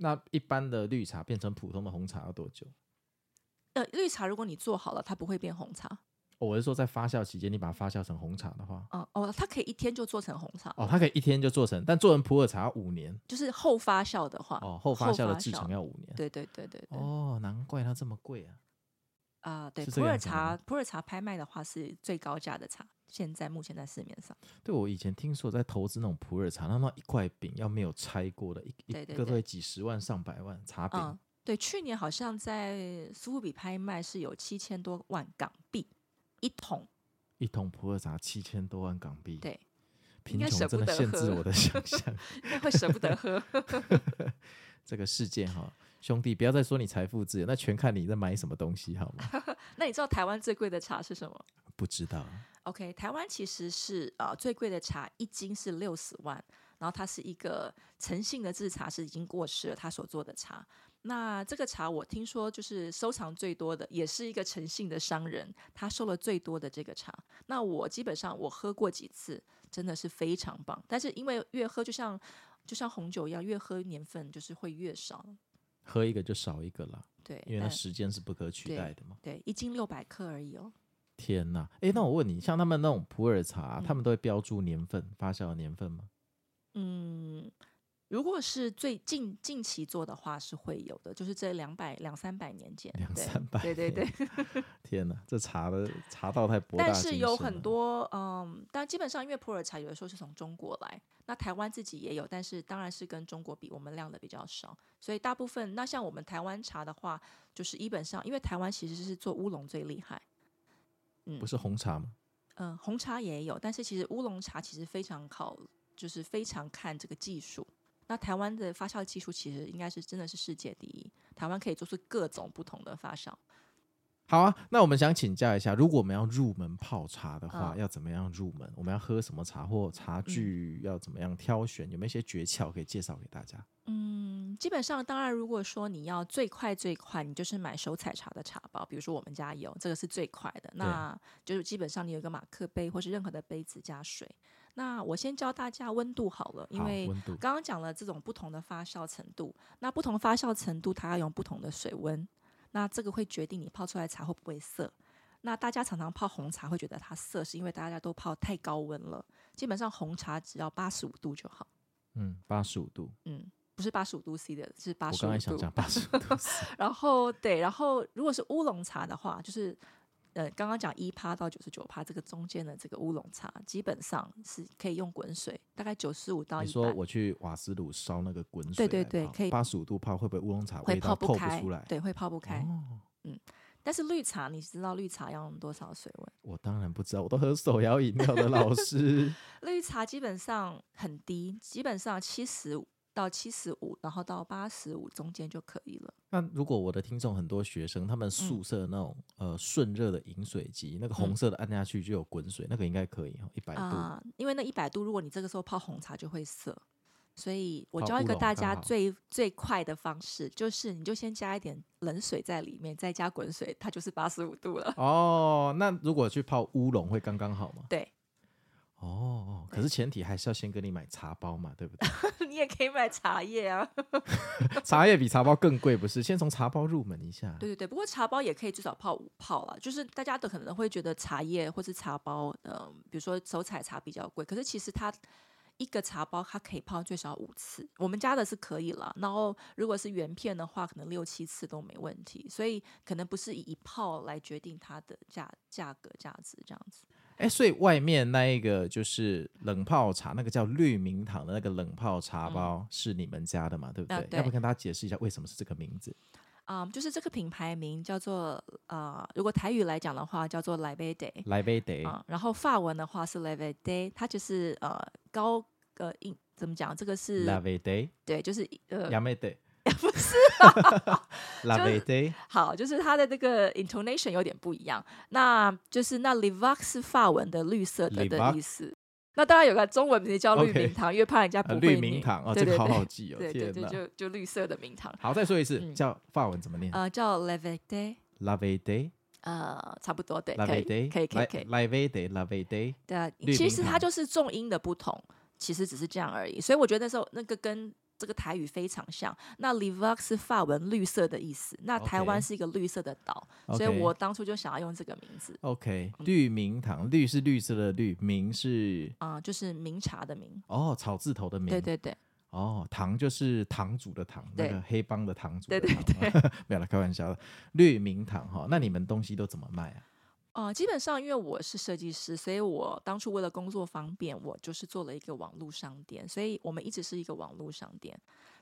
S1: 那一般的绿茶变成普通的红茶要多久？
S2: 呃，绿茶如果你做好了，它不会变红茶。
S1: 哦我是说，在发酵期间，你把它发酵成红茶的话，
S2: 嗯、哦，它可以一天就做成红茶，
S1: 哦，它可以一天就做成，但做成普洱茶要五年
S2: 就是后发酵的话，
S1: 哦，后发
S2: 后
S1: 酵的
S2: 发
S1: 制成
S2: 酵
S1: 要五年。
S2: 对对对对对。
S1: 哦，难怪它这么贵啊！
S2: 啊、对，
S1: 是这
S2: 普
S1: 个
S2: 洱
S1: 样子吗
S2: 茶，普洱茶拍卖的话是最高价的茶，现在目前在市面上。
S1: 对我以前听说在投资那种普洱茶，那么一块饼要没有拆过的，一一
S2: 对对
S1: 个都
S2: 对
S1: 会几十万上百万茶饼。
S2: 嗯，对，去年好像在苏富比拍卖是有七千多万港币一桶，
S1: 一桶普洱茶七千多万港币，
S2: 对，
S1: 贫
S2: 应该
S1: 穷
S2: 舍
S1: 真的
S2: 不得
S1: 限制
S2: 喝
S1: 我的想象。 <laughs>
S2: 应该会舍不得喝。 <laughs>
S1: 这个世界哈，兄弟，不要再说你财富自由，那全看你在买什么东西好
S2: <laughs>
S1: 吗？
S2: 那你知道台湾最贵的茶是什么
S1: 不知道，
S2: ？OK，台湾其实是呃最贵的茶一斤是六十万，然后它是一个诚信的制茶师已经过世了，他所做的茶。那这个茶我听说就是收藏最多的，也是一个诚信的商人，他收了最多的这个茶。那我基本上我喝过几次，真的是非常棒。但是因为越喝就像就像红酒一样，越喝年份就是会越少。
S1: 喝一个就少一个啦，
S2: 对，
S1: 因为那
S2: 但
S1: 时间是不可取
S2: 对
S1: 代的嘛。
S2: 对一斤六百克而已哦。
S1: 天呐，诶，那我问你，像他们那种普洱茶、他们都会标注年份、发酵的年份吗？
S2: 嗯，如果是最近近期做的话，是会有的，就是这两百两三百年间，
S1: 两
S2: 对
S1: 三百
S2: 对对对。
S1: <laughs> 天呐，这茶的茶道太博大
S2: 但
S1: 精
S2: 是有
S1: 深啊
S2: 很
S1: 了
S2: 多，嗯，但基本上因为普洱茶有的时候是从中国来，那台湾自己也有，但是当然是跟中国比，我们量的比较少，所以大部分那像我们台湾茶的话，就是基本上因为台湾其实是做乌龙最厉害，
S1: 不是红茶吗？
S2: 嗯，红茶也有，但是其实乌龙茶其实非常考，就是非常看这个技术。那台湾的发酵技术其实应该是真的是世界第一，台湾可以做出各种不同的发酵。
S1: 好啊，那我们想请教一下，如果我们要入门泡茶的话，
S2: 嗯
S1: 要怎么样入门？我们要喝什么茶或茶具要怎么样挑选？有没有一些诀窍可以介绍给大家？
S2: 嗯，基本上，当然，如果说你要最快最快，你就是买手采茶的茶包，比如说我们家有，这个是最快的。那就是基本上你有一个马克杯或是任何的杯子加水。那我先教大家温度好了，因
S1: 好
S2: 为
S1: 温度
S2: 刚刚讲了这种不同的发酵程度，那不同的发酵程度它要用不同的水温，那这个会决定你泡出来的茶会不会涩。那大家常常泡红茶会觉得它涩，是因为大家都泡太高温了。基本上红茶只要八十五度就好。
S1: 嗯，八十五度，
S2: 嗯，不是八十五度 C 的，是八
S1: 我
S2: 十
S1: 刚才
S2: 五
S1: 想
S2: 度
S1: 讲。八十五度 <laughs>
S2: <laughs>
S1: C，
S2: 然后对，然后如果是乌龙茶的话，就是呃，刚刚讲一趴到九十九趴这个中间的这个乌龙茶，基本上是可以用滚水，大概九十五到
S1: 你
S2: 一
S1: 说
S2: 百。
S1: 我去瓦斯炉烧那个滚水，
S2: 对对对可以
S1: 八十五度泡会不会乌龙茶
S2: 会
S1: 味道
S2: 泡
S1: 透
S2: 开，
S1: 出来？
S2: 对，会泡不开。
S1: 哦，
S2: 但是绿茶，你知道绿茶要用多少水温？
S1: 我当然不知道，我都喝手摇饮料的老
S2: <laughs>
S1: 师。
S2: 绿茶基本上很低，基本上七十到七十五，然后到八十五中间就可以了。
S1: 那如果我的听众很多学生，他们宿舍那种、呃顺热的饮水机，那个红
S2: 嗯
S1: 色的按下去就有滚水，那个应该可以哦，一百度。
S2: 啊、因为那一百度，如果你这个时候泡红茶就会涩，所以我
S1: 泡
S2: 教一
S1: 乌
S2: 个
S1: 龙
S2: 大
S1: 刚
S2: 家
S1: 好
S2: 最最快的方式，就是你就先加一点冷水在里面，再加滚水，它就是八十五度了。 <laughs>
S1: 哦，那如果去泡乌龙会刚刚好吗？
S2: 对 <laughs>
S1: 哦哦，可是前提还是要先跟你买茶包嘛，对不对？ <laughs>
S2: 你也可以买茶叶啊，
S1: 茶叶比茶包更贵，不是？先从茶包入门一下。
S2: 对对对，不过茶包也可以至少泡五泡啦。就是大家都可呃能会觉得茶叶或是茶包，嗯、比如说手采茶比较贵，可是其实它一个茶包它可以泡最少五次，我们家的是可以了。然后如果是原片的话，可能六七次都没问题。所以可能不是以一泡来决定它的价价格价值这样子。
S1: 哎，所以外面那一个就是冷泡茶，那个叫绿明堂的那个冷泡茶包、是你们家的嘛？对不对？
S2: 嗯啊
S1: 要不
S2: 对
S1: 跟大家解释一下为什么是这个名字？
S2: 啊、就是这个品牌名叫做呃，如果台语来讲的话，叫做来杯 day。
S1: 来杯得
S2: 啊、然后法文的话是 l e v e day，它就是呃高呃音怎么讲？这个是
S1: 来杯得
S2: 对，就是呃
S1: 亚美得，
S2: <laughs> 不是
S1: <laughs> 来杯得
S2: 好，就是它的那个 intonation 有点不一样。那就是那 livac 是法文的绿色的的
S1: Livac
S2: 意思。那当然有个中文名叫绿
S1: OK
S2: 明堂因为怕人家
S1: 呃
S2: 不会念、
S1: 绿明堂哦，这
S2: 对对
S1: 个
S2: 对
S1: 好好记哦，
S2: 对对
S1: 天
S2: 对，
S1: 哪！
S2: 就就绿色的明堂，
S1: 好，再说一次，
S2: 嗯
S1: 叫法文怎么念？
S2: 呃，叫 l e v e day，
S1: 来杯得，
S2: 呃，差不多对，
S1: 来
S2: 可
S1: 杯
S2: 以
S1: 得，
S2: 可以可以可以。
S1: 来杯得，来杯得。
S2: 对啊，
S1: 绿
S2: 其
S1: 明
S2: 实它
S1: 堂
S2: 就是重音的不同，其实只是这样而已。所以我觉得那时候那个跟这个台语非常像。那 livac 是法文绿色的意思，那台
S1: OK
S2: 湾是一个绿色的岛所以
S1: OK
S2: 我当初就想要用这个名字，
S1: OK，绿
S2: 嗯
S1: 明堂，绿是绿色的绿，明是
S2: 啊、就是明茶的明。
S1: 哦草字头的明，
S2: 对对对，
S1: 哦，堂就是堂主的堂，那
S2: 对
S1: 个黑帮的堂主的
S2: 对
S1: 堂。
S2: 对
S1: <laughs> 没有了，开玩笑的。绿明堂哈，那你们东西都怎么卖啊？
S2: 哦、基本上因为我是设计师，所以我当初为了工作方便，我就是做了一个网络商店，所以我们一直是一个网络商店。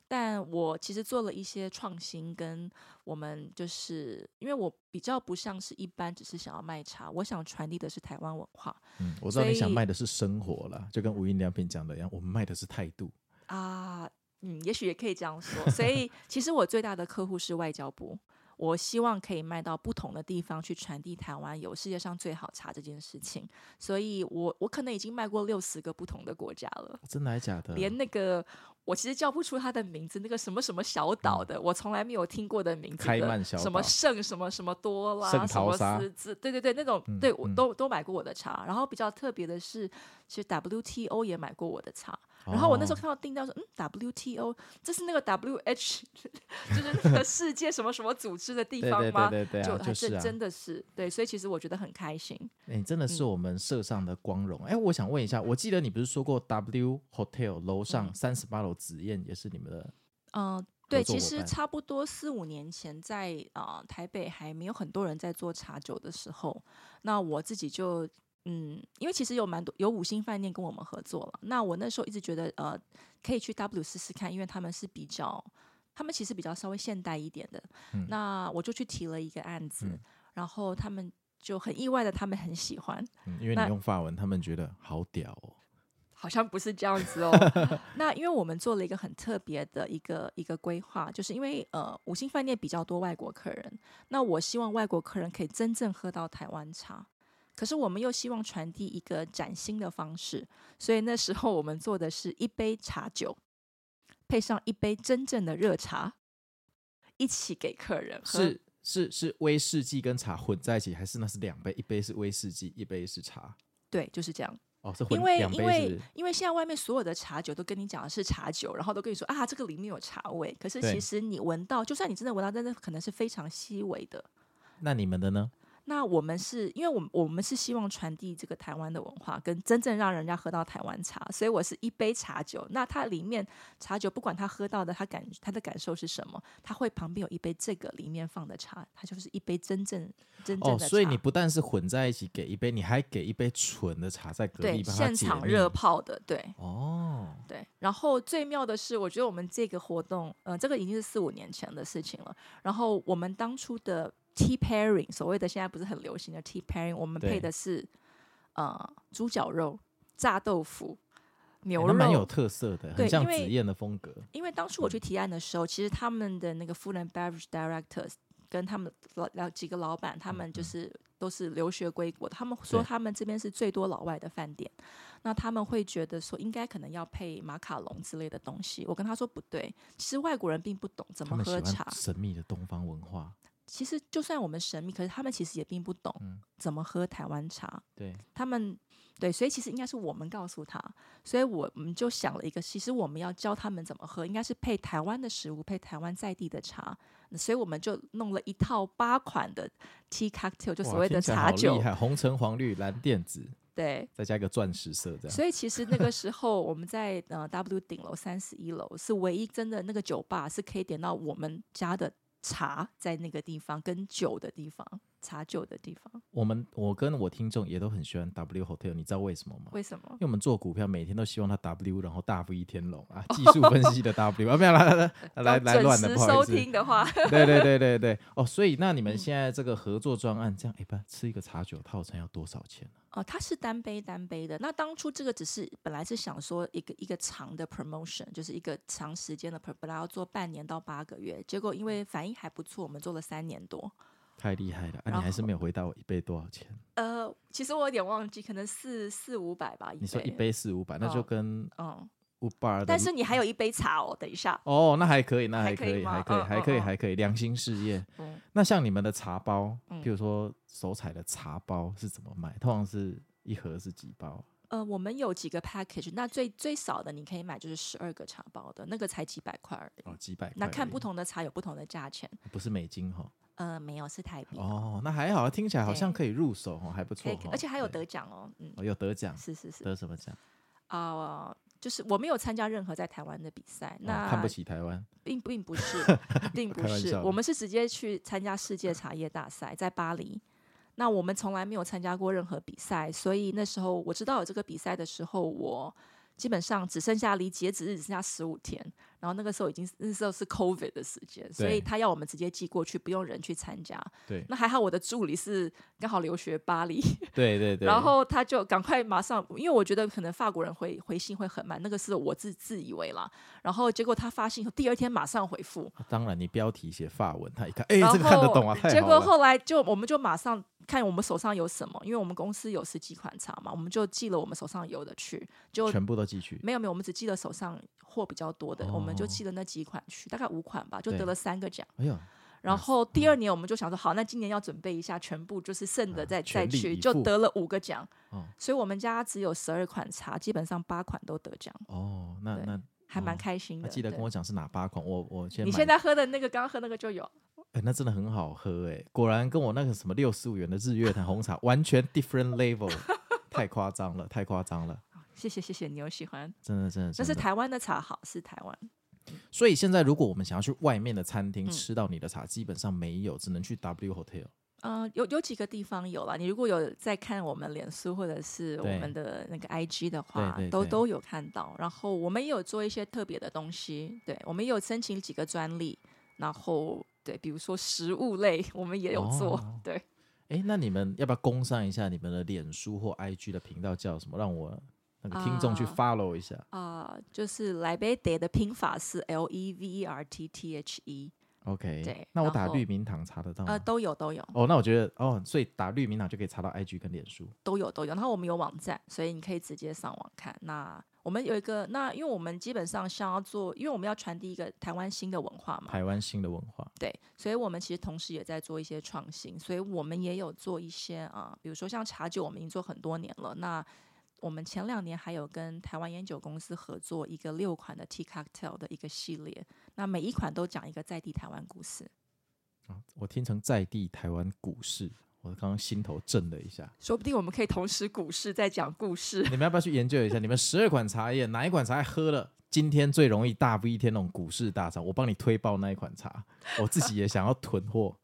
S2: 但我其实做了一些创新，跟我们就是因为我比较不像是一般只是想要卖茶，我想传递的是台湾文化
S1: 嗯，我知道你想
S2: 所以
S1: 卖的是生活啦，就跟无印良品讲的一样，我们卖的是态度。
S2: 啊，嗯，也许也可以这样说。所
S1: <laughs>
S2: 以其实我最大的客户是外交部，我希望可以卖到不同的地方去传递台湾有世界上最好茶这件事情。所以我我可能已经卖过六十个不同的国家了。
S1: 真的还假的？
S2: 连那个我其实叫不出他的名字，那个什么什么小岛的，我从来没有听过的名字的。
S1: 嗯开曼小
S2: 什
S1: 岛
S2: 么圣什么什么多
S1: 圣
S2: 啦，什
S1: 淘
S2: 么
S1: 沙
S2: 斯兹，对对对，那种、
S1: 嗯
S2: 对我
S1: 嗯
S2: 都都买过我的茶。然后比较特别的是，其实 WTO 也买过我的茶。然后我那时候
S1: 哦
S2: 看到订单说，嗯，WTO，这是那个 WH，就是 <laughs> 那个世界什么什么组织的地
S1: 对
S2: 方
S1: 对
S2: 吗？
S1: 对对对啊，
S2: 就
S1: 就
S2: 还
S1: 是
S2: 是
S1: 啊，
S2: 真的嗯是对，所以其实我觉得很开心。
S1: 你真的是我们社上的光荣。哎、我想问一下，我记得你不是说过 W Hotel 楼上三十八楼紫燕也是你们的？
S2: 嗯，对，
S1: 作
S2: 其
S1: 伙
S2: 实
S1: 伴
S2: 差不多四五年前在，啊台北还没有很多人在做茶酒的时候，那我自己就嗯，因为其实有蛮多有五星饭店跟我们合作了，那我那时候一直觉得呃可以去 W 试试看，因为他们是比较他们其实比较稍微现代一点的，
S1: 嗯
S2: 那我就去提了一个案子，
S1: 嗯
S2: 然后他们就很意外的他们很喜欢，
S1: 嗯，因为你
S2: 那
S1: 用法文，他们觉得好屌哦。
S2: 好像不是这样子哦。那因为我们做了一个很特别的一个一个规划，就是因为呃五星饭店比较多外国客人，那我希望外国客人可以真正喝到台湾茶。可是我们又希望传递一个崭新的方式，所以那时候我们做的是一杯茶酒，配上一杯真正的热茶，一起给客人喝。
S1: 是是是威士忌跟茶混在一起，还是那是两杯？一杯是威士忌，一杯是茶。
S2: 对，就是这样。
S1: 哦，是混
S2: 因为
S1: 两
S2: 因
S1: 杯
S2: 为
S1: 是
S2: 因为现在外面所有的茶酒都跟你讲的是茶酒，然后都跟你说啊，这个里面有茶味。可是
S1: 对
S2: 其实你闻到，就算你真的闻到，但是可能是非常细微的。
S1: 那你们的呢？
S2: 那我们是因为我们我们是希望传递这个台湾的文化，跟真正让人家喝到台湾茶，所以我是一杯茶酒。那它里面茶酒，不管他喝到的，他感他的感受是什么，他会旁边有一杯这个里面放的茶，它就是一杯真正真
S1: 哦，
S2: 正的茶。
S1: 所以你不但是混在一起给一杯，你还给一杯纯的茶在隔
S2: 对
S1: 壁帮它
S2: 现
S1: 解
S2: 场
S1: 腻
S2: 热泡的，对。
S1: 哦，
S2: 对，然后最妙的是，我觉得我们这个活动，呃，这个已经是四五年前的事情了。然后我们当初的 tea pairing，所谓的现在不是很流行的 tea pairing，我们
S1: 对
S2: 配的是呃猪脚肉、炸豆腐、
S1: 诶
S2: 牛
S1: 那
S2: 肉，
S1: 蛮有特色的，很
S2: 对
S1: 像
S2: 因
S1: 紫
S2: 为
S1: 燕的风格。
S2: 因为当初我去提案的时候，其实他们的那个 food and beverage directors 跟他们老老几个老板，他们就是都是留学归国的，他们说
S1: 嗯对
S2: 他们这边是最多老外的饭店，那他们会觉得说应该可能要配马卡龙之类的东西。我跟他说不对，其实外国人并不懂怎
S1: 他
S2: 么
S1: 们喜
S2: 喝
S1: 欢
S2: 茶，
S1: 神秘的东方文化，
S2: 其实就算我们神秘，可是他们其实也并不懂
S1: 嗯
S2: 怎么喝台湾茶。
S1: 对，
S2: 他们对，所以其实应该是我们告诉他，所以我们就想了一个，其实我们要教他们怎么喝，应该是配台湾的食物，配台湾在地的茶，所以我们就弄了一套八款的 tea cocktail，就
S1: 哇
S2: 所谓的
S1: 听起来
S2: 茶
S1: 好
S2: 酒
S1: 厉，害，红橙黄绿蓝靛紫，
S2: 对，
S1: 再加一个钻石色这样。
S2: 所以其实那个时候我们在呃 W 顶楼三十一楼是唯一真的那个酒吧是可以点到我们家的茶在那个地方跟酒的地方，茶酒的地方。
S1: 我们我跟我听众也都很喜欢 W Hotel，你知道为什么吗？
S2: 为什么
S1: 因？为我们做股票，每天都希望它 W，然后大飞天龙啊，技术分析的 W 啊，没有啦来
S2: <laughs>
S1: 来来来
S2: 准
S1: 乱的，
S2: 时
S1: 不好
S2: 收
S1: 意思。
S2: 听
S1: <laughs>
S2: 的话，
S1: 对对对对对，哦，所以那你们现在这个合作专案，这样哎，不吃一个茶酒套餐要多少钱啊呢、
S2: 哦，它是单杯单杯的。那当初这个只是本来是想说一个一个长的 promotion，就是一个长时间的 pro，本来要做半年到八个月，结果因为反应还不错，我们做了三年多。
S1: 太厉害了，啊，
S2: 然
S1: 你还是
S2: 后
S1: 没有回答我一杯多少钱？
S2: 呃，其实我有点忘记，可能四四五百吧。
S1: 你说一，杯四五百，那就
S2: 哦
S1: 跟
S2: 嗯，
S1: 五八的，
S2: 但是你还有一杯茶哦，等一下，
S1: 哦，那还可以，那
S2: 还
S1: 还
S2: 可
S1: 可
S2: 以
S1: 以，还
S2: 吗
S1: 可以，
S2: 嗯
S1: 还
S2: 嗯
S1: 可以，
S2: 嗯
S1: 还可以，良心事业。
S2: 嗯，
S1: 那像你们的茶包，
S2: 嗯
S1: 比如说手采的茶包是怎么卖？通常是一盒是几包？
S2: 呃，我们有几个 package，那最最少的你可以买就是十二个茶包的，那个才几百块而已。
S1: 哦，几百块而已。
S2: 那看不同的茶有不同的价钱，
S1: 不是美金哈。
S2: 呃，没有是台币，
S1: 哦，那还好，听起来好像
S2: 对
S1: 可以入手哦，还不
S2: 可
S1: 错
S2: 以
S1: 哦。，
S2: 而且还有
S1: 对
S2: 得奖哦，嗯，
S1: 哦有得奖，
S2: 是是是，
S1: 得什么奖？哦
S2: 啊、就是我没有参加任何在台湾的比赛，那、
S1: 哦看不起台
S2: <laughs>
S1: 湾
S2: 并并
S1: <laughs>
S2: 不是，并
S1: 开
S2: 不
S1: 玩
S2: 是，
S1: 笑的
S2: 我们是直接去参加世界茶叶大赛，在巴黎。那我们从来没有参加过任何比赛，所以那时候我知道有这个比赛的时候，我基本上只剩下离截止日只剩下十五天，然后那个时候已经那时候是 COVID 的时间，所
S1: 对
S2: 以他要我们直接寄过去，不用人去参加。
S1: 对
S2: 那还好我的助理是刚好留学巴黎，
S1: 对对对。
S2: 然后他就赶快马上，因为我觉得可能法国人回回信会很慢，那个是我自自以为啦。然后结果他发信后，第二天马上回复，
S1: 啊当然，你标题写法文，他一看，哎，
S2: 然
S1: 这
S2: 后
S1: 个看得懂啊，太
S2: 结
S1: 好
S2: 果
S1: 了。
S2: 后来就我们就马上看我们手上有什么，因为我们公司有十几款茶嘛，我们就寄了我们手上有的去，就
S1: 全部都寄去。
S2: 没有没有，我们只寄了手上货比较多的，我们就寄了那几款去，大概五款吧，就
S1: 哦对嗯
S2: 得了三个奖。
S1: 哎呦，
S2: 然后第二年我们就想说，好，那今年要准备一下，全部就是剩的再、再
S1: 啊全力
S2: 去，
S1: 以
S2: 就
S1: 赴
S2: 得了五个奖。
S1: 哦
S2: 所以我们家只有十二款茶，基本上八款都得奖，
S1: 哦，那
S2: 对
S1: 那
S2: 还蛮
S1: 哦
S2: 开心
S1: 那
S2: 的。
S1: 记得
S2: 对
S1: 跟我讲是哪八款，我我先
S2: 你
S1: 买
S2: 现在喝的那个，刚刚喝那个就有，
S1: 哎、那真的很好喝哎、果然跟我那个什么六十五元的日月潭红
S2: <laughs>
S1: 茶完全 different level，太夸张了，太夸张了，
S2: 谢谢谢谢，你有喜欢。
S1: 真的真的
S2: 那
S1: 真
S2: 是
S1: 的。
S2: 台湾的茶好，是台湾。
S1: 所以现在如果我们想要去外面的餐厅
S2: 嗯
S1: 吃到你的茶，基本上没有，只能去 W Hotel。
S2: 呃，有有几个地方有啦。你如果有在看我们脸书或者是我
S1: 对
S2: 们的那个 IG 的话，
S1: 对对
S2: 都
S1: 对
S2: 都有看到。然后我们也有做一些特别的东西，对我们也有申请几个专利，然后对，比如说食物类，我们也有做。
S1: 哦
S2: 对，
S1: 哎、那你们要不要工商一下你们的脸书或 IG 的频道叫什么？让我那个听众去
S2: 啊
S1: follow 一下。
S2: 啊、就是来杯得的拼法是 L E V E R T T H E，
S1: OK，
S2: 对
S1: 那我
S2: 然
S1: 打
S2: 后
S1: 绿明堂查得到吗？
S2: 呃，都有都有
S1: 哦，那我觉得哦，所以打绿明堂就可以查到 IG 跟脸书。
S2: 都有都有。然后我们有网站，所以你可以直接上网看。那我们有一个，那因为我们基本上想要做，因为我们要传递一个台湾新的文化嘛，
S1: 台湾新的文化，
S2: 对，所以我们其实同时也在做一些创新，所以我们也有做一些啊、比如说像茶酒，我们已经做很多年了。那我们前两年还有跟台湾烟酒公司合作一个六款的 tea cocktail 的一个系列，那每一款都讲一个在地台湾故事。
S1: 啊我听成在地台湾股市，我刚刚心头震了一下。
S2: 说不定我们可以同时股市在讲故 <laughs> 事。
S1: 你们要不要去研究一下？你们十二款茶叶哪一款茶叶喝了今天最容易大 V 天龙股市大涨？我帮你推爆那一款茶，我自己也想要囤货。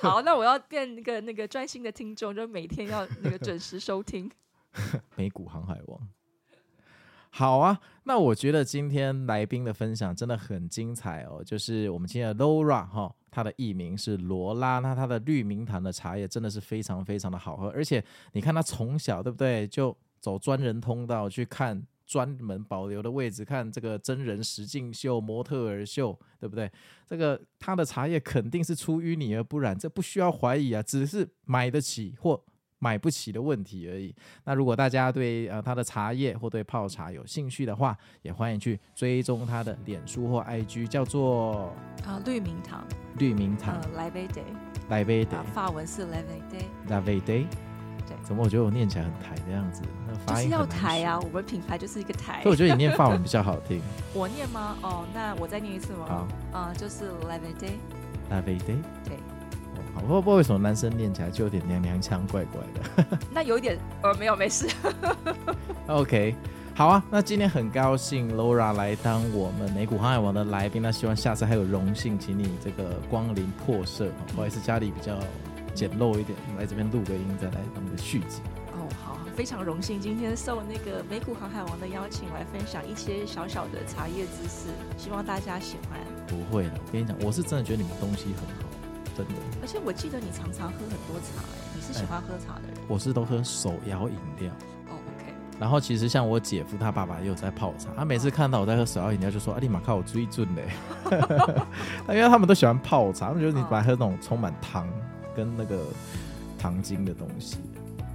S2: 好，那我要变那个那个专心的听众，就每天要那个准时收听。
S1: 美股航海王。好啊，那我觉得今天来宾的分享真的很精彩哦。就是我们今天的 Laura 哈、她的艺名是罗拉，那她的绿明堂的茶叶真的是非常非常的好喝，而且你看她从小对不对，就走专人通道去看专门保留的位置，看这个真人实境秀、模特儿秀，对不对？这个她的茶叶肯定是出淤泥而不染，这不需要怀疑啊，只是买得起或买不起的问题而已。那如果大家对呃他的茶叶或对泡茶有兴趣的话，也欢迎去追踪他的脸书或 IG，叫做
S2: <laughs> 啊，绿明堂，
S1: 绿明堂
S2: 呃，来杯 day，
S1: 来杯
S2: 啊，
S1: 的
S2: 法文是来杯 day。
S1: 来杯 day。
S2: 对
S1: 怎么我觉得我念起来很台的样子？那
S2: 就
S1: 发
S2: 是
S1: 音
S2: 要
S1: 很难
S2: 台
S1: 学。
S2: 啊，我们品牌就是一个台
S1: 所以。我觉得你念法
S2: <laughs>
S1: 文比较好听。
S2: 我念吗？ <laughs> 哦，那我再念一次吗？
S1: 好，
S2: 啊、就是 l e v i t y
S1: 来杯 day。
S2: 对，
S1: 哦，好我不知道为什么男生念起来就有点娘娘腔、怪怪的。
S2: 那有一点呃，没有没事，
S1: OK，好啊，那今天很高兴 Laura 来当我们美股航海王的来宾，那希望下次还有荣幸，请你这个光临破社，哦不好意思，家里比较简陋一点，来这边录个音，再来我们的续集。
S2: <laughs> 哦，好，非常荣幸今天受那个美股航海王的邀请来分享一些小小的茶叶知识，希望大家喜欢。
S1: 不会了，我跟你讲，我是真的觉得你们东西很好，真的，
S2: 而且我记得你常常喝很多茶、哎，你是喜欢喝茶的人。
S1: 我是都喝手摇饮料。
S2: 哦，OK，
S1: 然后其实像我姐夫他爸爸也有在泡茶，他每次看到我在喝手摇饮料就说：“啊，立马靠我追准嘞！” <laughs> 因为他们都喜欢泡茶，他们觉得你
S2: 嗯
S1: 把喝那种充满糖跟那个糖精的东西，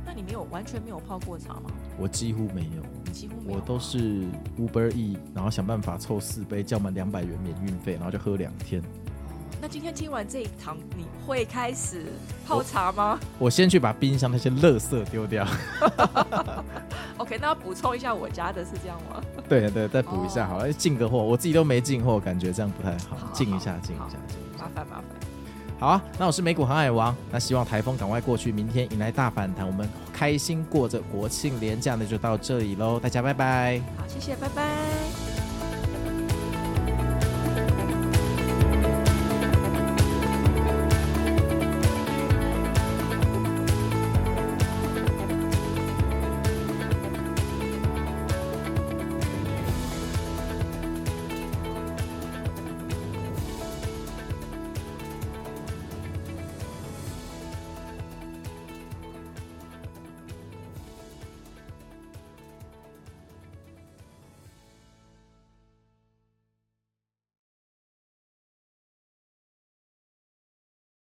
S2: 那你没有完全没有泡过茶吗？
S1: 我几乎没有，
S2: 你几乎没有。
S1: 我都。是 Uber E，然后想办法凑四杯，叫满两百元免运费，然后就喝两天。
S2: 那今天听完这一堂，你会开始泡茶吗
S1: 我先去把冰箱那些垃圾丢掉，
S2: ？OK，那要补充一下我家的是这样吗？
S1: 对对，再补一下好了，进个货，我自己都没进货，感觉这样不太好
S2: 好，
S1: 进一下，
S2: 好
S1: 进一
S2: 好
S1: 下，进一下。
S2: 麻烦麻烦。
S1: 好啊，那我是美股航海王，那希望台风赶快过去，明天迎来大反弹，我们开心过着国庆连假，那就到这里喽，大家拜拜。
S2: 好，谢谢，拜拜。